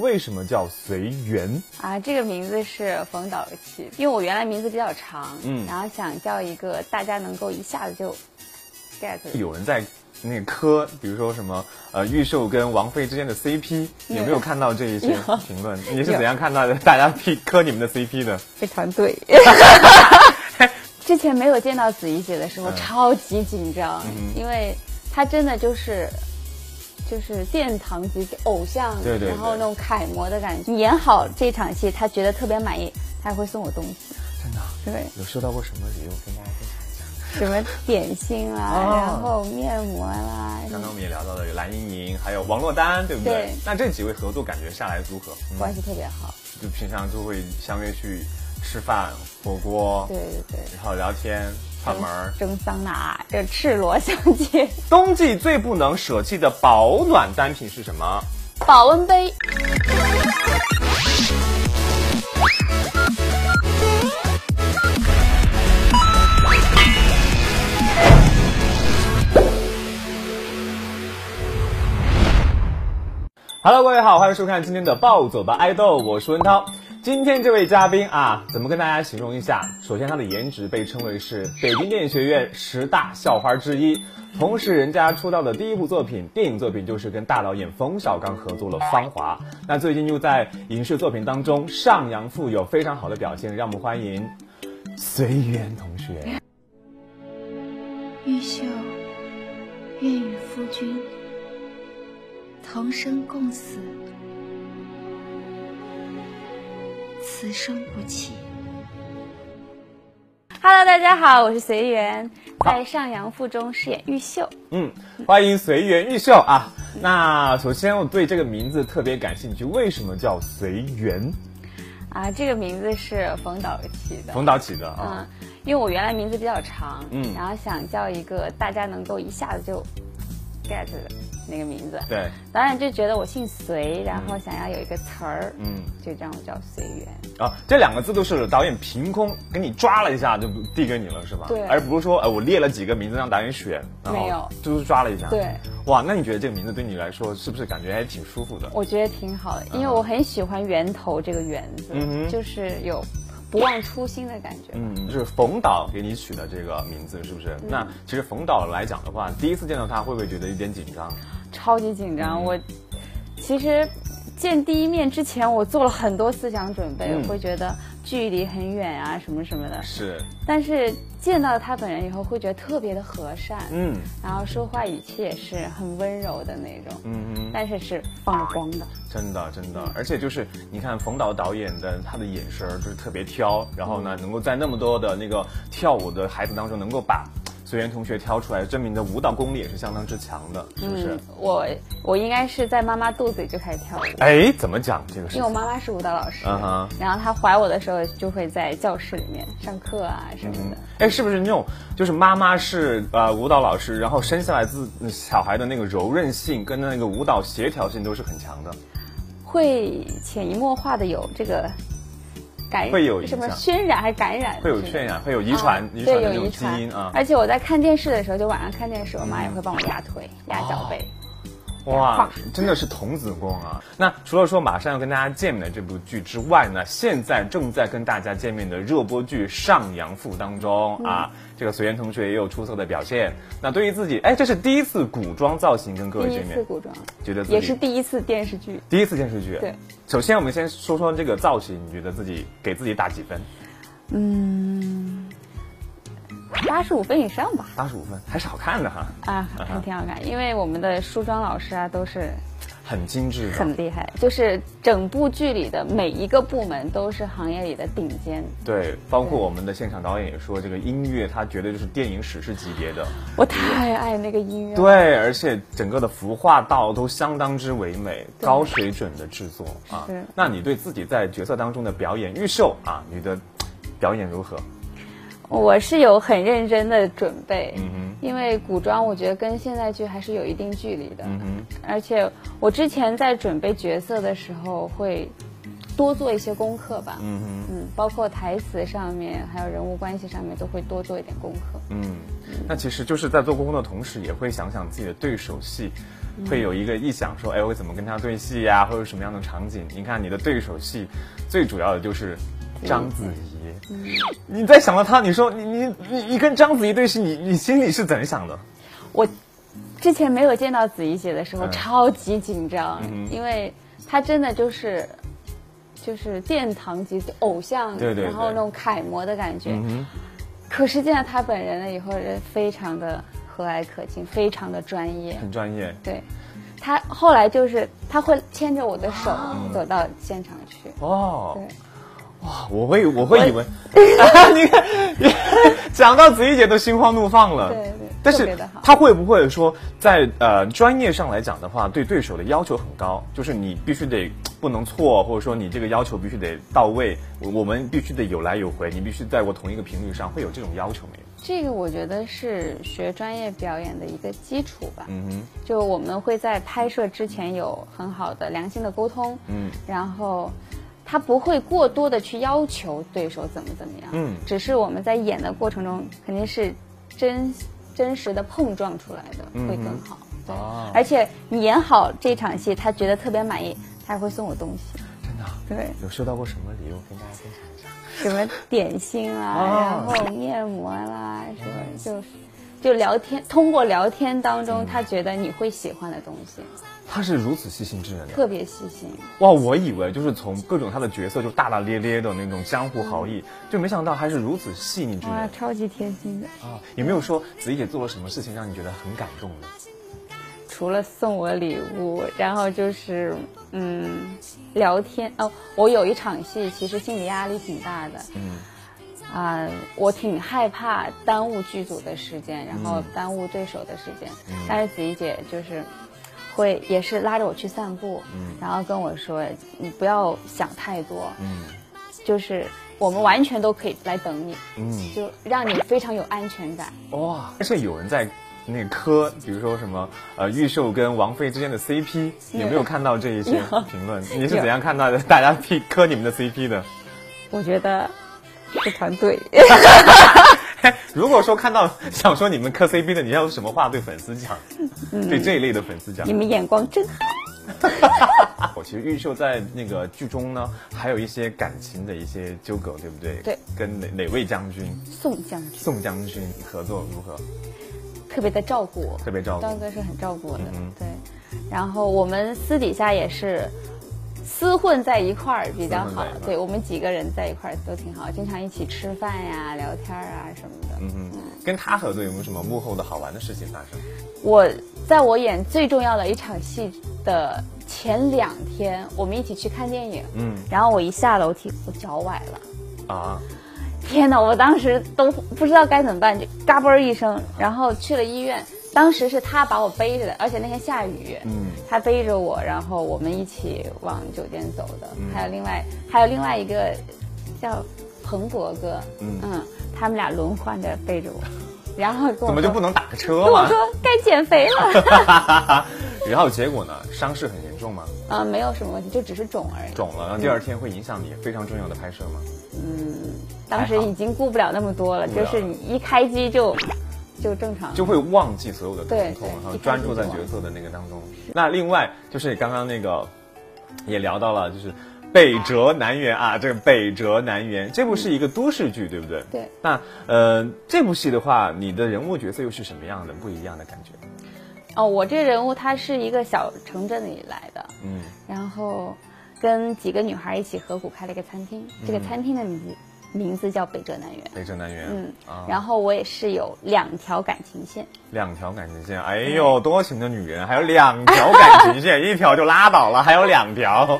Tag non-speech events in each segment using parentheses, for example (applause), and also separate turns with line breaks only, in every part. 为什么叫随缘？
啊，这个名字是冯导起，因为我原来名字比较长，
嗯
然后想叫一个大家能够一下子就 get 的
有人在那个磕，比如说什么呃玉秀跟王菲之间的 CP，有没有看到这一
(laughs)
些评论？你是怎样看到的？大家 P 磕你们的 CP 的？
非
(laughs)
常对。之前没有见到子怡姐的时候，
嗯
超级紧张，
嗯
因为她真的就是。就是殿堂级偶像，
对对
然后
对
那种楷模的感觉。你演好这场戏，她觉得特别满意，她还会送我东西。
真的
对，
有收到过什么礼物跟大家分享？
什么点心啦、
哦嗯
然后面膜啊啦、
刚刚我们也聊到了有蓝盈莹，还有王珞丹，对不对？
哎对
那这几位合作感觉下来如何？嗯
关系特别好。
就平常就会相约去吃饭、火锅，
对对对，
然后聊天、串门儿。
蒸桑拿，就赤裸相见。
冬季最不能舍弃的保暖单品是什么？
保温杯，
Hello，各位好，欢迎收看今天的《暴走吧爱豆》，我是文涛。今天这位嘉宾啊，怎么跟大家形容一下？首先，他的颜值被称为是北京电影学院十大校花之一。同时，人家出道的第一部作品，电影作品就是跟大导演冯小刚合作了《芳华》。那最近又在影视作品当中上扬富有非常好的表现，让我们欢迎随缘同学。
玉秀，愿与夫君同生共死，此生不弃。
Hello，大家好，我是随缘，在《上阳赋》中饰演玉秀。
嗯，欢迎随缘玉秀啊。那首先我对这个名字特别感兴趣，为什么叫随缘？
啊，这个名字是冯导起的。
冯导起的
嗯
啊。，
因为我原来名字比较长，
嗯
然后想叫一个大家能够一下子就 get 的那个名字。
对，
当然就觉得我姓随，然后想要有一个词儿，
嗯
就这样我叫随缘。
啊，这两个字都是导演凭空给你抓了一下就递给你了，是吧？
对
而不是说呃我列了几个名字让导演选，然后
没有
就是抓了一下。
对，
哇，那你觉得这个名字对你来说是不是感觉还挺舒服的？
我觉得挺好的，因为我很喜欢源头这个源字，
嗯嗯哼
就是有不忘初心的感觉。
嗯，就是冯导给你取的这个名字，是不
嗯
是？那其实冯导来讲的话，第一次见到他会不会觉得有点紧张？
超级紧张。
嗯
我其实见第一面之前，我做了很多思想准备，
嗯
会觉得距离很远啊，什么什么的。
是，
但是见到他本人以后，会觉得特别的和善，
嗯
然后说话语气也是很温柔的那种，
嗯嗯。
但是是放着光的。
真的，真
嗯
的，而且就是你看冯导导演的他的眼神儿就是特别挑，然后呢，能够在那么多的那个跳舞的孩子当中，能够把随缘同学挑出来，证明你的舞蹈功力也是相当之强的，是不是
嗯？，我我应该是在妈妈肚子里就开始跳舞。
哎、怎么讲这个事
因为我
情？
妈妈是舞蹈老师
嗯哼
然后她怀我的时候就会在教室里面上课啊什么的。
哎，是不是那种就是妈妈是呃舞蹈老师，然后生下来自小孩的那个柔韧性跟那个舞蹈协调性都是很强的？
会潜移默化的有这个感
会有影
什
响
么渲染还是感染，
会有
是
渲
吧。
染，会有遗传、
啊
遗传
对，
的
有
那种
遗
基
传
因啊。
而且我在看电视的时候，就晚上看电视，我妈也会帮我压腿、压脚
啊
背。
哇
画，
真的是童子功啊！那除了说马上要跟大家见面的这部剧之外呢，现在正在跟大家见面的热播剧《上阳赋》当中啊，
嗯
这个随缘同学也有出色的表现。那对于自己，哎，这是第一次古装造型跟各位
第一
见
次
面，
古装，
觉得自己
也是第一次电视剧。
第一次电视剧。
对，
首先我们先说说这个造型，你觉得自己给自己打几分？
嗯，八十五分以上吧。
八十五分，还是好看的哈，
啊，还挺好看，因为我们的梳妆老师啊都是
很精致的。
很厉害，就是整部剧里的每一个部门都是行业里的顶尖。
对，包括我们的现场导演也说，这个音乐它绝对就是电影史诗级别的。
我太爱那个音乐了。
对，而且整个的服化道都相当之唯美，高水准的制作啊
是。
那你对自己在角色当中的表演，玉秀啊，你的表演如何？
我是有很认真的准备，
嗯哼
因为古装我觉得跟现代剧还是有一定距离的，
嗯
而且我之前在准备角色的时候会多做一些功课吧，嗯
嗯
包括台词上面还有人物关系上面都会多做一点功课。
嗯，那其实就是在做功课的同时，也会想想自己的对手戏。会有一个臆想说，哎，我怎么跟他对戏呀、或者什么样的场景？你看你的对手戏，最主要的就是章子怡。你在想到他，你说你你你你跟章子怡对戏，你你心里是怎想的？
我之前没有见到子怡姐的时候，
嗯
超级紧张，
嗯哼
因为她真的就是就是殿堂级偶像，
对对对
然后那种楷模的感觉。
嗯
可是见到她本人了以后，人非常的和蔼可亲，非常的专业
哼，。很专业。
对，她后来就是她会牵着我的手走到现场去。
哦，
对，
我会我会以为，啊、 (laughs) 你看，你讲到子怡姐都心花怒放了。
对对
但
特
是
别地好
她会不会说，在呃专业上来讲的话，对对手的要求很高，就是你必须得不能错，或者说你这个要求必须得到位，我我们必须得有来有回，你必须在过同一个频率上，会有这种要求没有？
这个我觉得是学专业表演的一个基础吧。
嗯哼，
就我们会在拍摄之前有很好的良性的沟通，
嗯
然后他不会过多的去要求对手怎么怎么样，
嗯
只是我们在演的过程中肯定是真真实的碰撞出来的，
嗯哼
会更好。对，
哦
而且你演好这场戏，他觉得特别满意，他还会送我东西，
真的啊
对，
有收到过什么礼物跟大家分享一下？
什么点心啊，
哦
然后面膜啦，什么就是。就聊天，通过聊天当
嗯
中，他觉得你会喜欢的东西，
她是如此细心之人的。
特别细心。
哇，我以为就是从各种她的角色就大大咧咧的那种江湖豪意，
嗯
就没想到还是如此细腻之人
哇，。超级贴心的。
啊，有没有说子怡姐做了什么事情让你觉得很感动的？
除了送我礼物，然后就是嗯聊天哦。我有一场戏，其实心理压力挺大的
嗯，
啊、我挺害怕耽误剧组的时间，然后耽误对手的时间。
嗯
但是子怡姐就是。会也是拉着我去散步，然后跟我说：“你不要想太多，
嗯
就是我们完全都可以来等你，
嗯，
就让你非常有安全感。”
哇，但是有人在那个磕，比如说什么呃玉秀跟王菲之间的 CP，有没有看到这一些评
(laughs)
论？你是怎样看到的？大家 P 磕你们的 CP 的？ (laughs)
我觉得是团队。 (laughs)
如果说看到想说你们磕 CP 的，你要有什么话对粉丝讲？对这一类的粉丝讲
嗯你？们眼光真好。
我其实玉秀在那个剧中呢，还有一些感情的一些纠葛，对不对？
对。
跟哪哪位将军？
宋将军
宋将军合作如何？
特别的照顾我，
特别照顾
张哥是很照顾我的，
嗯
对。然后我们私底下也是厮混在一块儿比较
厮混在
好
一块，儿
对我们几个人在一块儿都挺好，经常一起吃饭呀、聊天啊什么的。
嗯，跟他合作有没有什么幕后的好玩的事情发生？
我在我演最重要的一场戏的前两天，我们一起去看电影，
嗯
然后我一下楼梯，我脚崴了。
啊，
天哪！我当时都不知道该怎么办，就嘎嘣儿一声，然后去了医院。当时是他把我背着的，而且那天下雨，
嗯
他背着我，然后我们一起往酒店走的。
嗯
还有另外还有另外一个叫彭博哥，
嗯
他们俩轮换着
(laughs)
背着我，然后跟我
怎么就不啊
能
能打个车
跟我
嘛？
说该减肥了？
(laughs) 然后结果呢？伤势很严重吗？
啊、没有什么问题，就只是肿而已。
肿了，然后
嗯
第二天会影响你非常重要的拍摄吗？
当时已经顾不了那么多了，
顾不
就
了
是你一开机就就正常了。
就会忘记所有的
对
疼痛
对，
然后
一开
专
始
注
就
在
忘
角色的那个当中。那另外就是刚刚那个也聊到了，就是。北辙南辕啊，这个北辙南辕，这部是一个都市剧，对不对？
对。
那呃，这部戏的话，你的人物角色又是什么样的不一样的感觉？
哦，我这人物她是一个小城镇里来的，
嗯，
然后跟几个女孩一起合伙开了一个餐厅，这
嗯
个餐厅的名字名字叫北辙南辕。
北辙南辕。
嗯，
啊，
然后我也是有两条感情线，
两条感情线，哎
嗯
呦，多情的女人还有两条感情线，一条就拉倒了，还有两
(laughs)
条。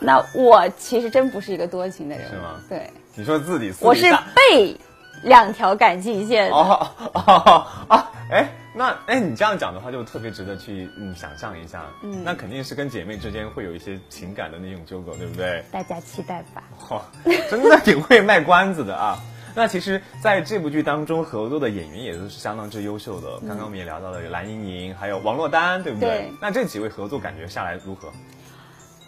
那我其实真不是一个多情的人，
是吗
对，
你说自己私
我
底
是
下
被两条感情线的
哦哦啊，哎，那哎，你这样讲的话，就特别值得去嗯想象一下，嗯，那肯定是跟姐妹之间会有一些情感的那种纠葛，对不对？
大家期待吧。
哇，真的挺会卖关子的啊。 (laughs) 那其实，在这部剧当中合作的演员也都是相当之优秀的。刚刚我们也聊到了有蓝盈莹，还有王珞丹，对不
对
那这几位合作感觉下来如何？嗯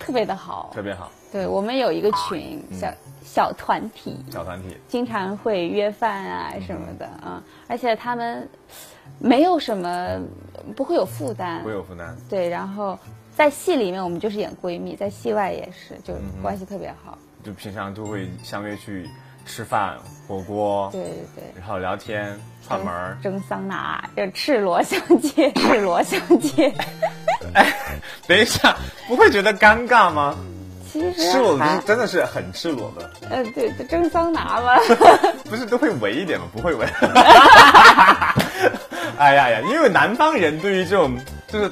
特别的好
特。别好，
对我们有一个群，小小团体，
小团体，
经常会约饭啊什么的啊、而且他们没有什么不会有负担
不，会有负担。
对，然后在戏里面我们就是演闺蜜，在戏外也是，就关系特别好。
就平常都会相约去吃饭、火锅，
对对对，
然后聊天、串门儿。
蒸桑拿，就赤裸相见，赤裸相见。
哎 (laughs) 等一下，不会觉得尴尬吗？
(laughs) 其实
赤裸的
还
就是真的是很赤裸的，
呃，对，就蒸桑拿嘛。
不是都会围一点吗？不会围。 (laughs) 哎呀呀，因为南方人对于这种就是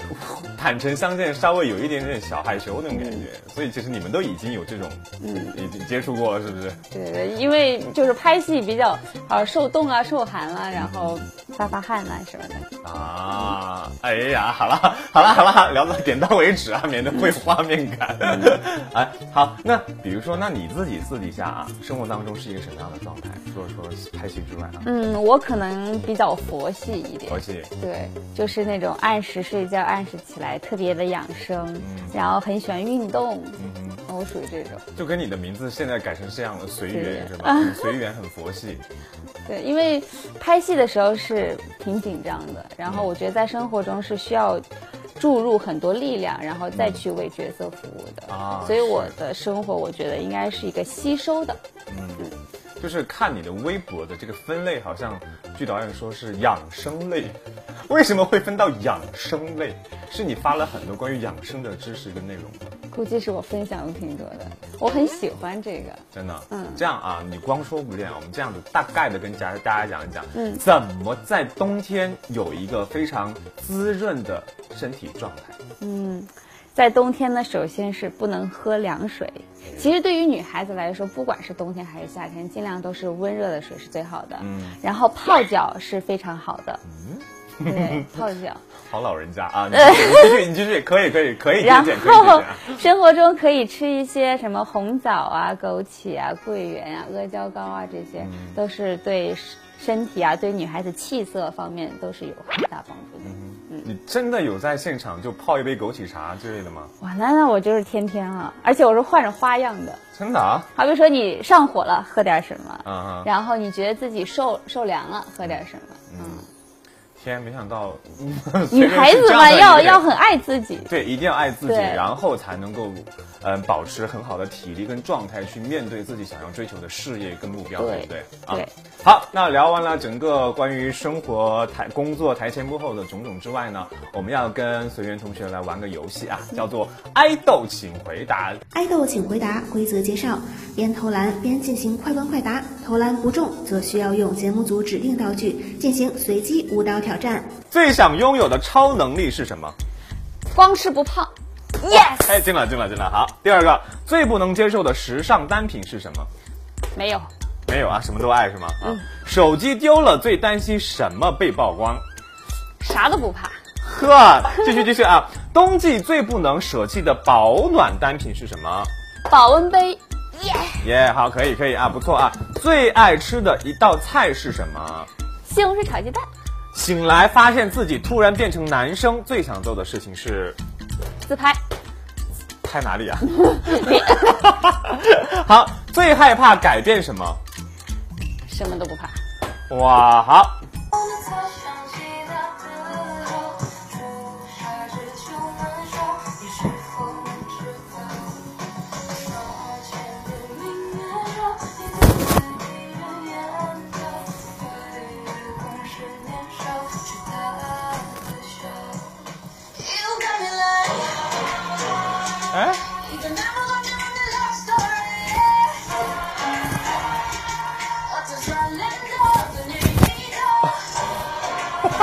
坦诚相见，稍微有一点点小害羞那种感觉，所以其实你们都已经有这种，
嗯
已经接触过了，是不是？
(laughs) 对对，因为就是拍戏比较呃受冻啊、受寒啊，然后发发汗啊什么的。
啊，哎呀，好了 (laughs) 好了好了，聊到点到为止啊，免得会有画面感。 (laughs) 哎，好，那比如说，那你自己私底下啊，生活当中是一个什么样的状态？除了说拍戏之外啊，
嗯，我可能比较佛系一点
而。且
对，就是那种按时睡觉、按时起来，特别的养
嗯
生，然后很喜欢运动，我属于这种。
哦嗯就跟你的名字现在改成这样了，随
随
缘
缘
是吧？很随缘，很佛系。
对，因为拍戏的时候是挺紧张的，然后我觉得在生活中是需要注入很多力量，然后再去为角色服务的。
啊
所以我
是
的生活，我觉得应该是一个吸收的。
就是看你的微博的这个分类，好像据导演说是养生类， (laughs) 为什么会分到养生类？是你发了很多关于养生的知识跟内容吗？
估计是我分享的挺多的，我很喜欢这个。
真的，
嗯
这样啊，你光说不练，我们这样子大概的跟大家大家讲一讲，嗯，怎么在冬天有一个非常滋润的身体状态？
在冬天呢，首先是不能喝凉水。其实对于女孩子来说，不管是冬天还是夏天，尽量都是温热的水是最好的。
嗯，
然后泡脚是非常好的。嗯，
(laughs)
对，泡脚。
好老人家啊，你继
(laughs)
续，你继续，可以，可以，可以，可以
然
借鉴，可以借
后
鉴啊。
生活中可以吃一些什么红枣啊、枸杞啊、桂圆啊、阿胶糕啊，这
嗯
些都是对身体啊、对女孩子气色方面都是有很大帮助的。
你真的有在现场就泡一杯枸杞茶之类的吗？
哇，那那我就是天天了，而且我是换着花样的。
真的啊，
好比说你上火了，喝点什么，
嗯嗯
然后你觉得自己受受凉了，喝点什么，嗯，
天，没想到嗯 (laughs)
女孩子嘛，要要。很爱自己，
对，一定要爱自己，
对
然后才能够，嗯、保持很好的体力跟状态，去面对自己想要追求的事业跟目标，对
对
不对？
对
啊，好，那聊完了整个关于生活台、工作台前幕后的种种之外呢，我们要跟随缘同学来玩个游戏啊，叫做“爱豆请回答
爱豆请回答规则介绍：边投篮边进行快问快答，投篮不中则需要用节目组指定道具进行随机舞蹈挑战。”。
最想拥有的超能力是什么？
光吃不胖，yes，
哎，进了，进了，进了。好，第二个，最不能接受的时尚单品是什么？
没有
没有啊，什么都爱是吗？
嗯
啊，手机丢了最担心什么被曝光？
啥都不怕，
呵，继续继续啊！冬季最不能舍弃的保暖单品是什么？
保温杯耶，
耶、好，可以可以啊，不错啊！最爱吃的一道菜是什么？
西红柿炒鸡蛋，
醒来发现自己突然变成男生，最想做的事情是
自拍，
拍哪里啊？好，最害怕改变什么？
什么都不怕，
哇，好，
我们擦上吉他的手，出傻子就难受。你是否知道，手牵着明月照，你独自一人远走。回望是年少时他的笑。You got me like
哎，
you can never go down the love story. What does I let go? The need (laughs) to go.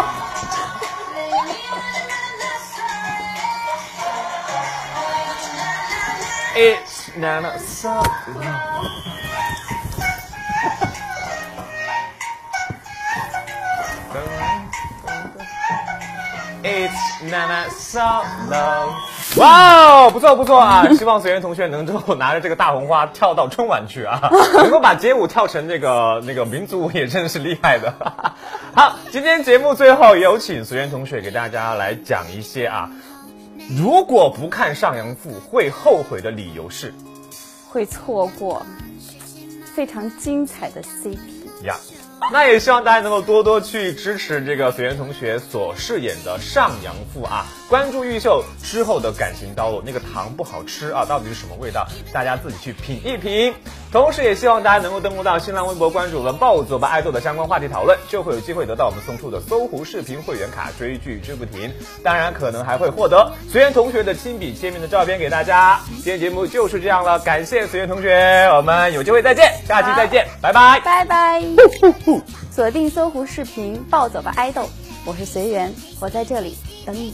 哎，难了，算了嗯 It's Nana Solo。哇哦，不错不错啊！ (laughs) 希望随缘同学能够拿着这个大红花跳到春晚去 (laughs) 啊，能够把街舞跳成那个那个民族舞，也真是厉害的。 (laughs) 好，今天节目最后有请随缘同学给大家来讲一些啊。如果不看《上阳赋》，会后悔的理由是
会错过非常精彩的 CP。
呀。那也希望大家能够多多去支持这个随缘同学所饰演的上阳赋啊！关注玉秀之后的感情道路，那个糖不好吃啊，到底是什么味道？大家自己去品一品。同时，也希望大家能够登录到新浪微博，关注我们暴走吧爱豆的相关话题讨论，就会有机会得到我们送出的搜狐视频会员卡，追剧追不停。当然，可能还会获得随缘同学的亲笔签名的照片给大家。今天节目就是这样了，感谢随缘同学，我们有机会再见，下期再见，拜拜。
拜拜！锁定搜狐视频“暴走吧爱豆”，我是随缘，我在这里等你。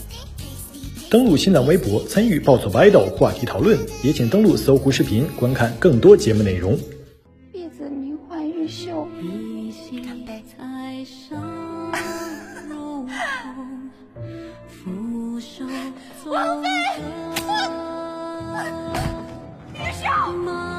登录新浪微博参与“暴走吧 idol” 话题讨论，也请登录搜狐视频观看更多节目内容。
婢子名唤玉秀。
一心
(laughs)
在上如虹，俯首纵横。